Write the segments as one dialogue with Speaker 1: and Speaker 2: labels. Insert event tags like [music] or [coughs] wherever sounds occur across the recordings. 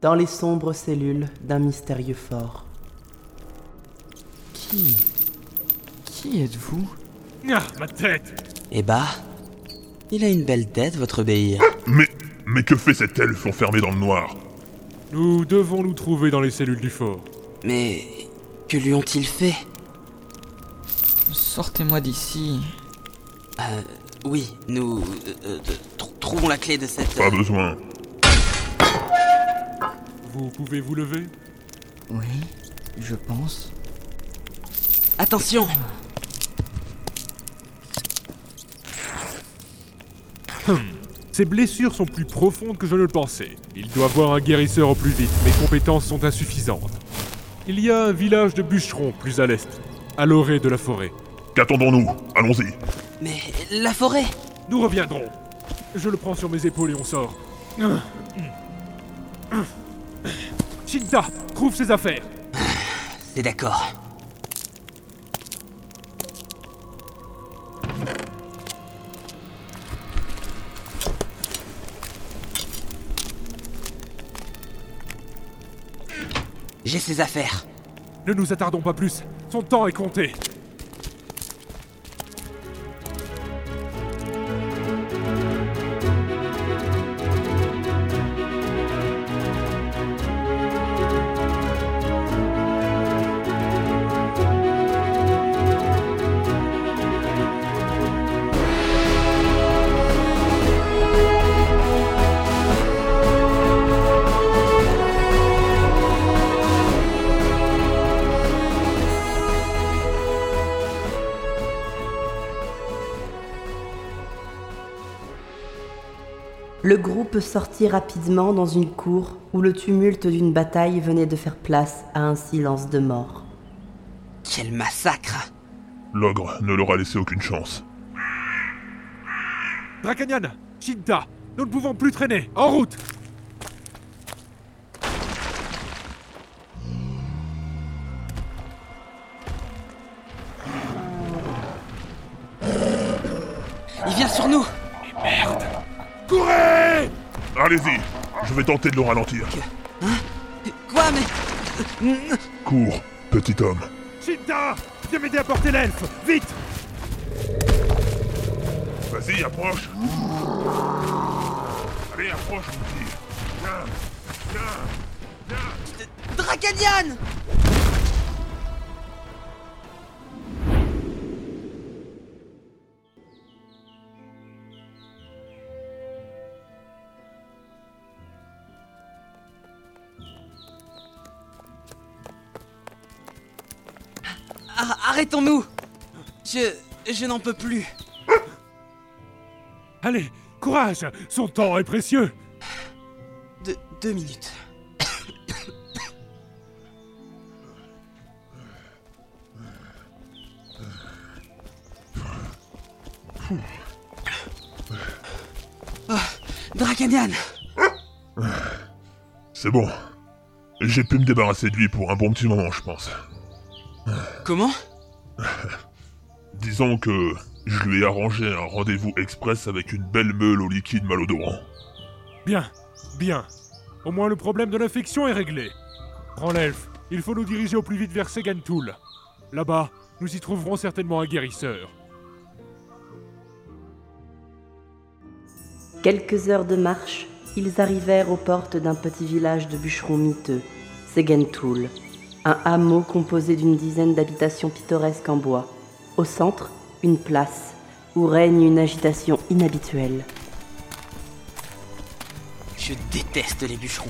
Speaker 1: dans les sombres cellules d'un mystérieux fort.
Speaker 2: Qui Qui êtes-vous
Speaker 3: Ah, ma tête
Speaker 4: Eh bah, il a une belle tête, votre obéir.
Speaker 5: Mais. Mais que fait cet elfe enfermé dans le noir
Speaker 3: Nous devons nous trouver dans les cellules du fort.
Speaker 4: Mais que lui ont-ils fait
Speaker 2: Sortez-moi d'ici.
Speaker 4: Euh, oui, nous euh, euh, tr- trouvons la clé de cette. euh,
Speaker 5: Pas besoin.
Speaker 3: Vous pouvez vous lever
Speaker 2: Oui, je pense.
Speaker 4: Attention
Speaker 3: Ses blessures sont plus profondes que je ne le pensais. Il doit voir un guérisseur au plus vite. Mes compétences sont insuffisantes. Il y a un village de bûcherons plus à l'est, à l'orée de la forêt.
Speaker 5: Qu'attendons-nous Allons-y.
Speaker 4: Mais la forêt
Speaker 3: Nous reviendrons. Je le prends sur mes épaules et on sort. Shinta, trouve ses affaires.
Speaker 4: C'est d'accord. J'ai ses affaires.
Speaker 3: Ne nous attardons pas plus. Son temps est compté.
Speaker 1: Le groupe sortit rapidement dans une cour où le tumulte d'une bataille venait de faire place à un silence de mort.
Speaker 4: Quel massacre
Speaker 5: L'ogre ne leur a laissé aucune chance.
Speaker 3: Dracanian, Shinta, nous ne pouvons plus traîner. En route
Speaker 4: Il vient sur nous
Speaker 3: Courez
Speaker 5: Allez-y Je vais tenter de le ralentir.
Speaker 4: Quoi mais euh,
Speaker 5: Cours, petit homme.
Speaker 3: Shinta Viens m'aider à porter l'elfe Vite
Speaker 5: Vas-y, approche Allez, approche, je vous dis. Viens Viens
Speaker 4: Dracanian Ar- Arrêtons-nous Je... je n'en peux plus.
Speaker 3: Allez, courage Son temps est précieux
Speaker 4: De, deux minutes. [coughs] Oh, Dracanian
Speaker 5: C'est bon. J'ai pu me débarrasser de lui pour un bon petit moment, je pense.
Speaker 4: Comment
Speaker 5: Disons que je lui ai arrangé un rendez-vous express avec une belle meule au liquide malodorant.
Speaker 3: Bien, bien. Au moins le problème de l'infection est réglé. Prends l'elfe, il faut nous diriger au plus vite vers Segantul. Là-bas, nous y trouverons certainement un guérisseur.
Speaker 1: Quelques heures de marche, ils arrivèrent aux portes d'un petit village de bûcherons miteux, Segentoul, un hameau composé d'une dizaine d'habitations pittoresques en bois. Au centre, une place où règne une agitation inhabituelle.
Speaker 4: Je déteste les bûcherons.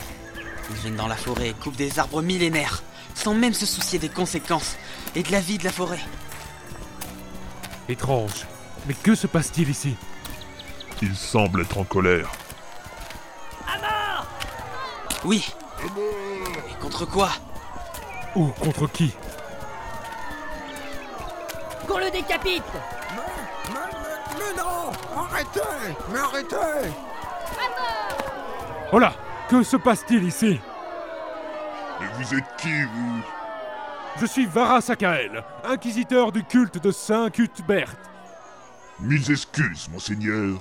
Speaker 4: Ils viennent dans la forêt et coupent des arbres millénaires, sans même se soucier des conséquences et de la vie de la forêt.
Speaker 3: Étrange. Mais que se passe-t-il ici
Speaker 5: Il semble être en colère.
Speaker 4: Oui. Mais contre quoi
Speaker 3: Ou contre qui
Speaker 6: Qu'on le décapite
Speaker 7: Mais, mais- mais non Arrêtez Mais arrêtez
Speaker 3: Oh là Que se passe-t-il ici
Speaker 5: Mais vous êtes qui, vous
Speaker 3: Je suis Vara Sakael, inquisiteur du culte de Saint Cuthbert.
Speaker 8: Mille excuses, monseigneur.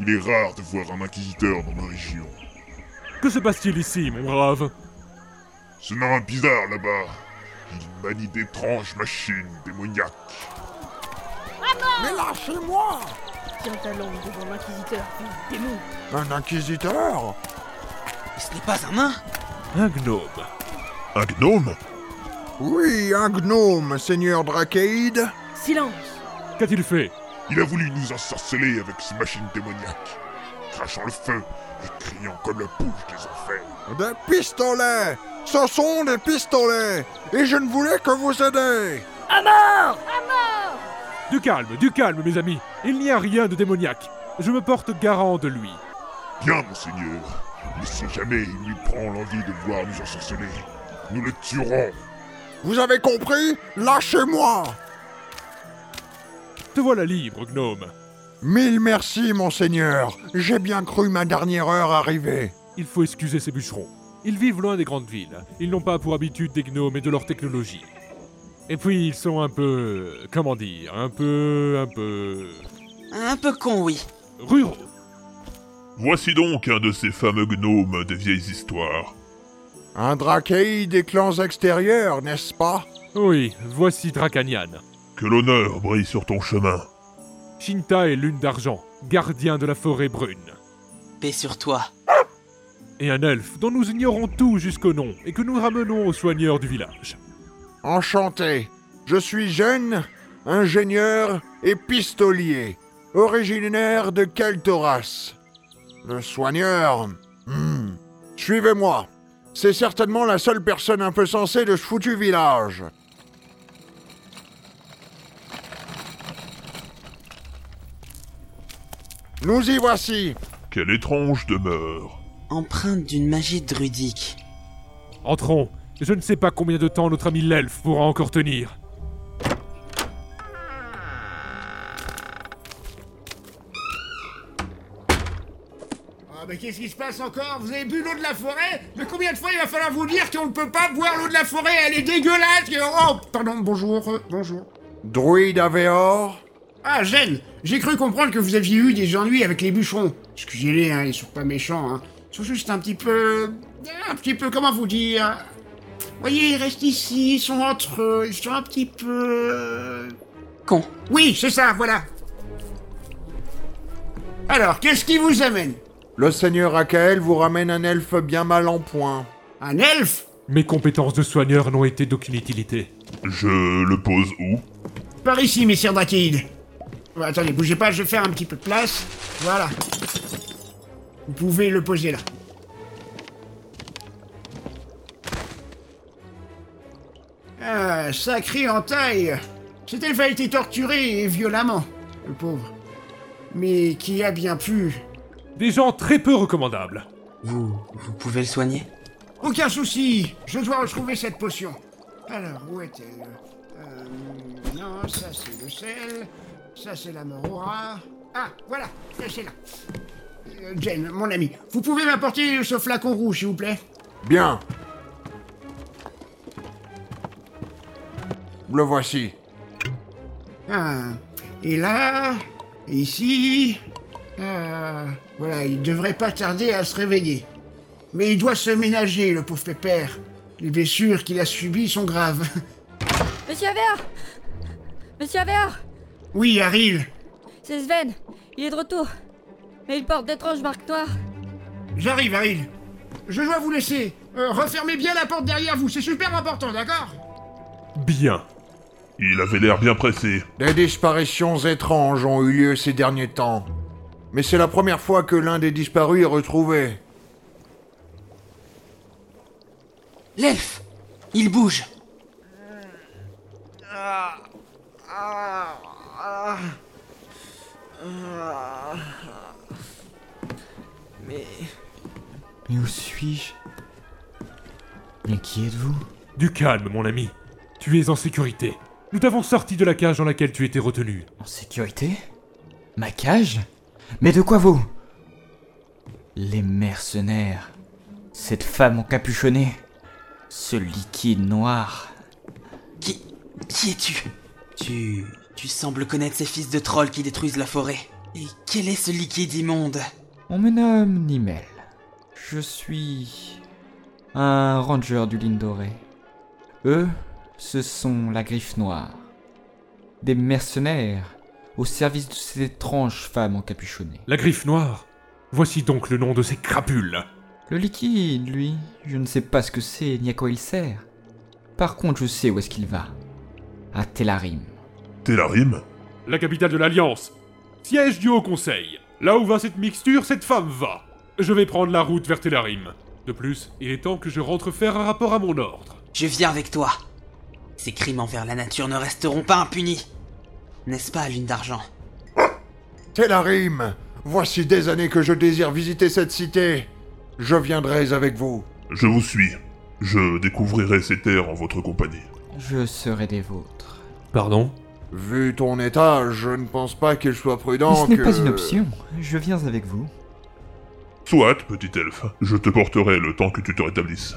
Speaker 8: Il est rare de voir un inquisiteur dans ma région.
Speaker 3: Que se passe-t-il ici, mon brave
Speaker 5: Ce nain bizarre là-bas. Il manie d'étranges machines démoniaques.
Speaker 7: Mais lâchez-moi
Speaker 6: Tiens ta langue devant l'inquisiteur, fils de démon
Speaker 7: Un inquisiteur
Speaker 4: Mais ce n'est pas un nain
Speaker 3: Un gnome.
Speaker 5: Un gnome
Speaker 7: Oui, un gnome, seigneur Drakeid.
Speaker 6: Silence
Speaker 3: Qu'a-t-il fait
Speaker 5: Il a voulu nous ensorceler avec ses machines démoniaques, crachant le feu et criant comme la bouche des enfers.
Speaker 7: Des pistolets Ce sont des pistolets Et je ne voulais que vous aider
Speaker 3: Du calme, du calme, mes amis. Il n'y a rien de démoniaque. Je me porte garant de lui.
Speaker 5: Bien, monseigneur. Mais si jamais il lui prend l'envie de vouloir nous ensorceler, nous le tuerons.
Speaker 7: Vous avez compris Lâchez-moi
Speaker 3: Te voilà libre, gnome.
Speaker 7: Mille merci, monseigneur. J'ai bien cru ma dernière heure arriver.
Speaker 3: Il faut excuser ces bûcherons. Ils vivent loin des grandes villes. Ils n'ont pas pour habitude des gnomes et de leur technologie. Et puis ils sont un peu... comment dire Un peu... un peu...
Speaker 4: Un peu con, oui.
Speaker 3: ruraux.
Speaker 5: Voici donc un de ces fameux gnomes des vieilles histoires.
Speaker 7: Un Drakeid des clans extérieurs, n'est-ce pas
Speaker 3: Oui, voici Dracanian.
Speaker 5: Que l'honneur brille sur ton chemin.
Speaker 3: Shinta est lune d'argent, gardien de la forêt brune.
Speaker 4: Paix sur toi.
Speaker 3: Et un elfe dont nous ignorons tout jusqu'au nom et que nous ramenons aux soigneurs du village.
Speaker 7: Enchanté. Je suis jeune, ingénieur et pistolier, originaire de Kaltoras. Le soigneur. hmm, Suivez-moi. C'est certainement la seule personne un peu sensée de ce foutu village. Nous y voici.
Speaker 5: Quelle étrange demeure.
Speaker 4: Empreinte d'une magie druidique.
Speaker 3: Entrons. Je ne sais pas combien de temps notre ami l'elfe pourra encore tenir.
Speaker 8: Ah mais qu'est-ce qui se passe encore Vous avez bu l'eau de la forêt Mais combien de fois il va falloir vous dire qu'on ne peut pas boire l'eau de la forêt Elle est dégueulasse que- Oh Pardon, bonjour, euh, bonjour.
Speaker 7: Druide Aveor.
Speaker 8: Ah, Gêne J'ai cru comprendre que vous aviez eu des ennuis avec les bûcherons. Excusez-les, hein, ils sont pas méchants, hein. Ils sont juste un petit peu... euh, Un petit peu, comment vous dire Voyez, ils restent ici, ils sont entre eux, ils sont un petit peu... euh,
Speaker 4: Con.
Speaker 8: Oui, c'est ça, voilà Alors, qu'est-ce qui vous amène
Speaker 7: Le seigneur Akael vous ramène un elfe bien mal en point.
Speaker 8: Un elfe
Speaker 3: Mes compétences de soigneur n'ont été d'aucune utilité.
Speaker 5: Je le pose où
Speaker 8: Par ici, messieurs Drakeid. Ouais, attendez, bougez pas, je vais faire un petit peu de place. Voilà. Vous pouvez le poser là. Ah, sacré entaille Cet elfe a été torturé et violemment, le pauvre. Mais qui a bien pu
Speaker 3: Des gens très peu recommandables.
Speaker 4: Vous, vous pouvez le soigner
Speaker 8: Aucun souci, je dois retrouver cette potion. Alors, où est-elle euh, Non, ça c'est le sel, ça c'est la morora. Ah, voilà, c'est là. Euh, Jen, mon ami, vous pouvez m'apporter ce flacon rouge, s'il vous plaît
Speaker 7: Bien. Le voici.
Speaker 8: Ah, et là, ici. Ah, voilà, il devrait pas tarder à se réveiller. Mais il doit se ménager, le pauvre pépère. Les blessures qu'il a subies sont graves. [laughs]
Speaker 6: Monsieur Aver Monsieur Aver
Speaker 8: Oui, Haril,
Speaker 6: C'est Sven Il est de retour Mais il porte d'étranges marques noires
Speaker 8: J'arrive, Haril. Je dois vous laisser. Euh, refermez bien la porte derrière vous, c'est super important, d'accord
Speaker 3: Bien.
Speaker 5: Il avait l'air bien pressé.
Speaker 7: Des disparitions étranges ont eu lieu ces derniers temps. Mais c'est la première fois que l'un des disparus est retrouvé.
Speaker 4: L'elfe Il bouge
Speaker 2: Mais où suis-je Mais qui êtes-vous
Speaker 3: Du calme, mon ami. Tu es en sécurité. Nous t'avons sorti de la cage dans laquelle tu étais retenu.
Speaker 2: En sécurité Ma cage Mais de quoi vous Les mercenaires. Cette femme encapuchonnée. Ce liquide noir.
Speaker 4: Qui. Qui es-tu Tu. Tu sembles connaître ces fils de trolls qui détruisent la forêt. Et quel est ce liquide immonde
Speaker 2: On me nomme Nimel. Je suis un ranger du Lindoré. Eux, ce sont la griffe noire. Des mercenaires au service de ces étranges femmes encapuchonnées.
Speaker 3: La griffe noire Voici donc le nom de ces crapules.
Speaker 2: Le liquide, lui, je ne sais pas ce que c'est ni à quoi il sert. Par contre, je sais où est-ce qu'il va. À Telarim.
Speaker 5: T'es la rime
Speaker 3: La capitale de l'Alliance. Siège du Haut Conseil. Là où va cette mixture, cette femme va. Je vais prendre la route vers Telarim. De plus, il est temps que je rentre faire un rapport à mon ordre.
Speaker 4: Je viens avec toi. Ces crimes envers la nature ne resteront pas impunis. N'est-ce pas, lune d'argent
Speaker 7: Telarim, voici des années que je désire visiter cette cité. Je viendrai avec vous.
Speaker 5: Je vous suis. Je découvrirai ces terres en votre compagnie.
Speaker 2: Je serai des vôtres.
Speaker 3: Pardon
Speaker 7: Vu ton état, je ne pense pas qu'il soit prudent
Speaker 2: Mais ce n'est
Speaker 7: que...
Speaker 2: pas une option. Je viens avec vous.
Speaker 5: Soit, petit elfe, je te porterai le temps que tu te rétablisses.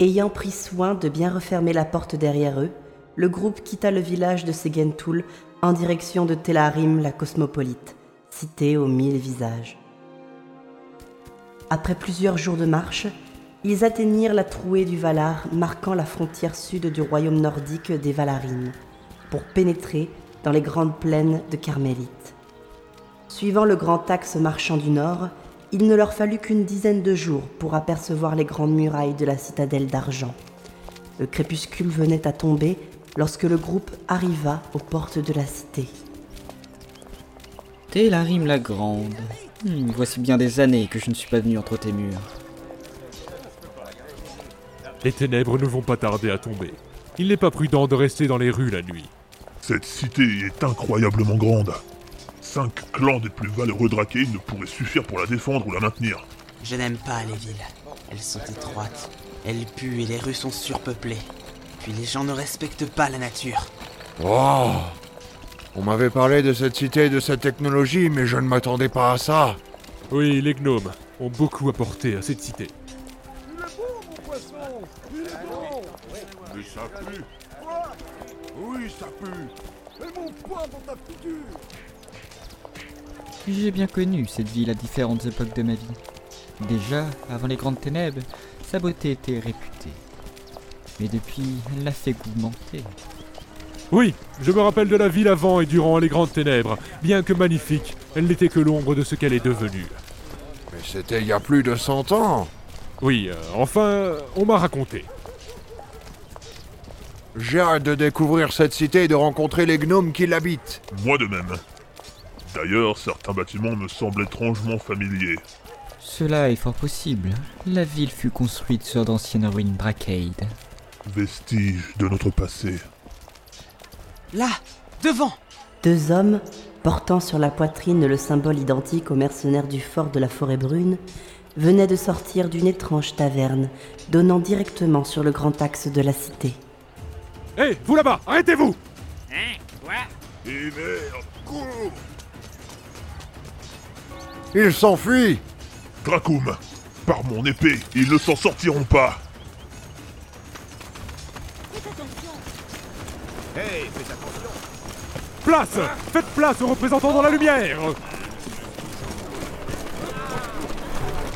Speaker 1: Ayant pris soin de bien refermer la porte derrière eux, le groupe quitta le village de Segentoul en direction de Telarim la cosmopolite, cité aux mille visages. Après plusieurs jours de marche, ils atteignirent la trouée du Valar, marquant la frontière sud du royaume nordique des Valarines, pour pénétrer dans les grandes plaines de Carmélite. Suivant le grand axe marchand du nord, il ne leur fallut qu'une dizaine de jours pour apercevoir les grandes murailles de la citadelle d'argent. Le crépuscule venait à tomber lorsque le groupe arriva aux portes de la cité.
Speaker 9: Télarime la Grande. Hmm, voici bien des années que je ne suis pas venu entre tes murs.
Speaker 3: Les ténèbres ne vont pas tarder à tomber. Il n'est pas prudent de rester dans les rues la nuit.
Speaker 5: Cette cité est incroyablement grande. Cinq clans des plus valeureux draqués ne pourraient suffire pour la défendre ou la maintenir.
Speaker 4: Je n'aime pas les villes. Elles sont étroites, elles puent et les rues sont surpeuplées. Puis les gens ne respectent pas la nature.
Speaker 7: Oh On m'avait parlé de cette cité et de cette technologie, mais je ne m'attendais pas à ça.
Speaker 3: Oui, les gnomes ont beaucoup apporté à cette cité.
Speaker 5: Mais ça pue Oui, ça pue
Speaker 9: J'ai bien connu cette ville à différentes époques de ma vie. Déjà, avant les grandes ténèbres, sa beauté était réputée. Mais depuis, elle l'a fait gourmander.
Speaker 3: Oui, je me rappelle de la ville avant et durant les grandes ténèbres. Bien que magnifique, elle n'était que l'ombre de ce qu'elle est devenue.
Speaker 7: Mais c'était il y a plus de 100 ans.
Speaker 3: Oui, euh, enfin, on m'a raconté.
Speaker 7: J'ai hâte de découvrir cette cité et de rencontrer les gnomes qui l'habitent.
Speaker 5: Moi de même. D'ailleurs, certains bâtiments me semblent étrangement familiers.
Speaker 9: Cela est fort possible. La ville fut construite sur d'anciennes ruines Bracade.
Speaker 5: Vestiges de notre passé.
Speaker 4: Là, devant
Speaker 1: Deux hommes, portant sur la poitrine le symbole identique aux mercenaires du fort de la forêt brune, venaient de sortir d'une étrange taverne, donnant directement sur le grand axe de la cité.
Speaker 3: Hé, vous là-bas, arrêtez-vous
Speaker 5: Et merde Cours
Speaker 7: Ils s'enfuient
Speaker 5: Dracoum Par mon épée, ils ne s'en sortiront pas
Speaker 3: Place Faites place aux représentants dans la lumière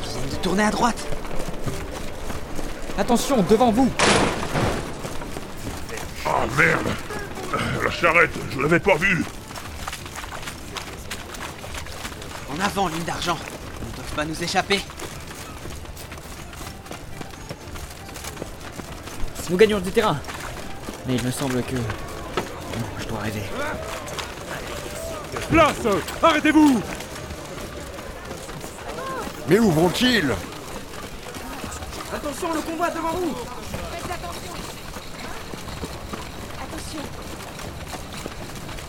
Speaker 4: Ils viennent de tourner à droite
Speaker 2: Attention, devant vous
Speaker 5: Ah merde Euh, La charrette, je l'avais pas vue
Speaker 4: En avant, lune d'argent Ils ne peuvent pas nous échapper
Speaker 9: Nous gagnons du terrain Mais il me semble que... Non, je dois rêver.
Speaker 3: Place Arrêtez-vous
Speaker 7: Mais où vont-ils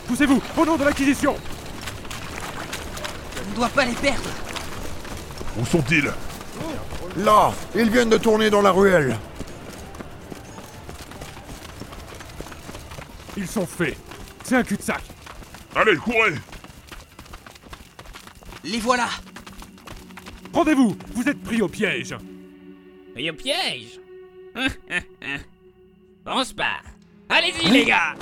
Speaker 3: Poussez-vous au nom de l'acquisition
Speaker 4: On ne doit pas les perdre
Speaker 5: Où sont-ils
Speaker 7: Là Ils viennent de tourner dans la ruelle.
Speaker 3: Ils sont faits C'est un cul-de-sac
Speaker 5: Allez, courez
Speaker 4: Les voilà
Speaker 3: Rendez-vous Vous êtes pris au piège
Speaker 10: Et au piège Pense pas Allez-y les gars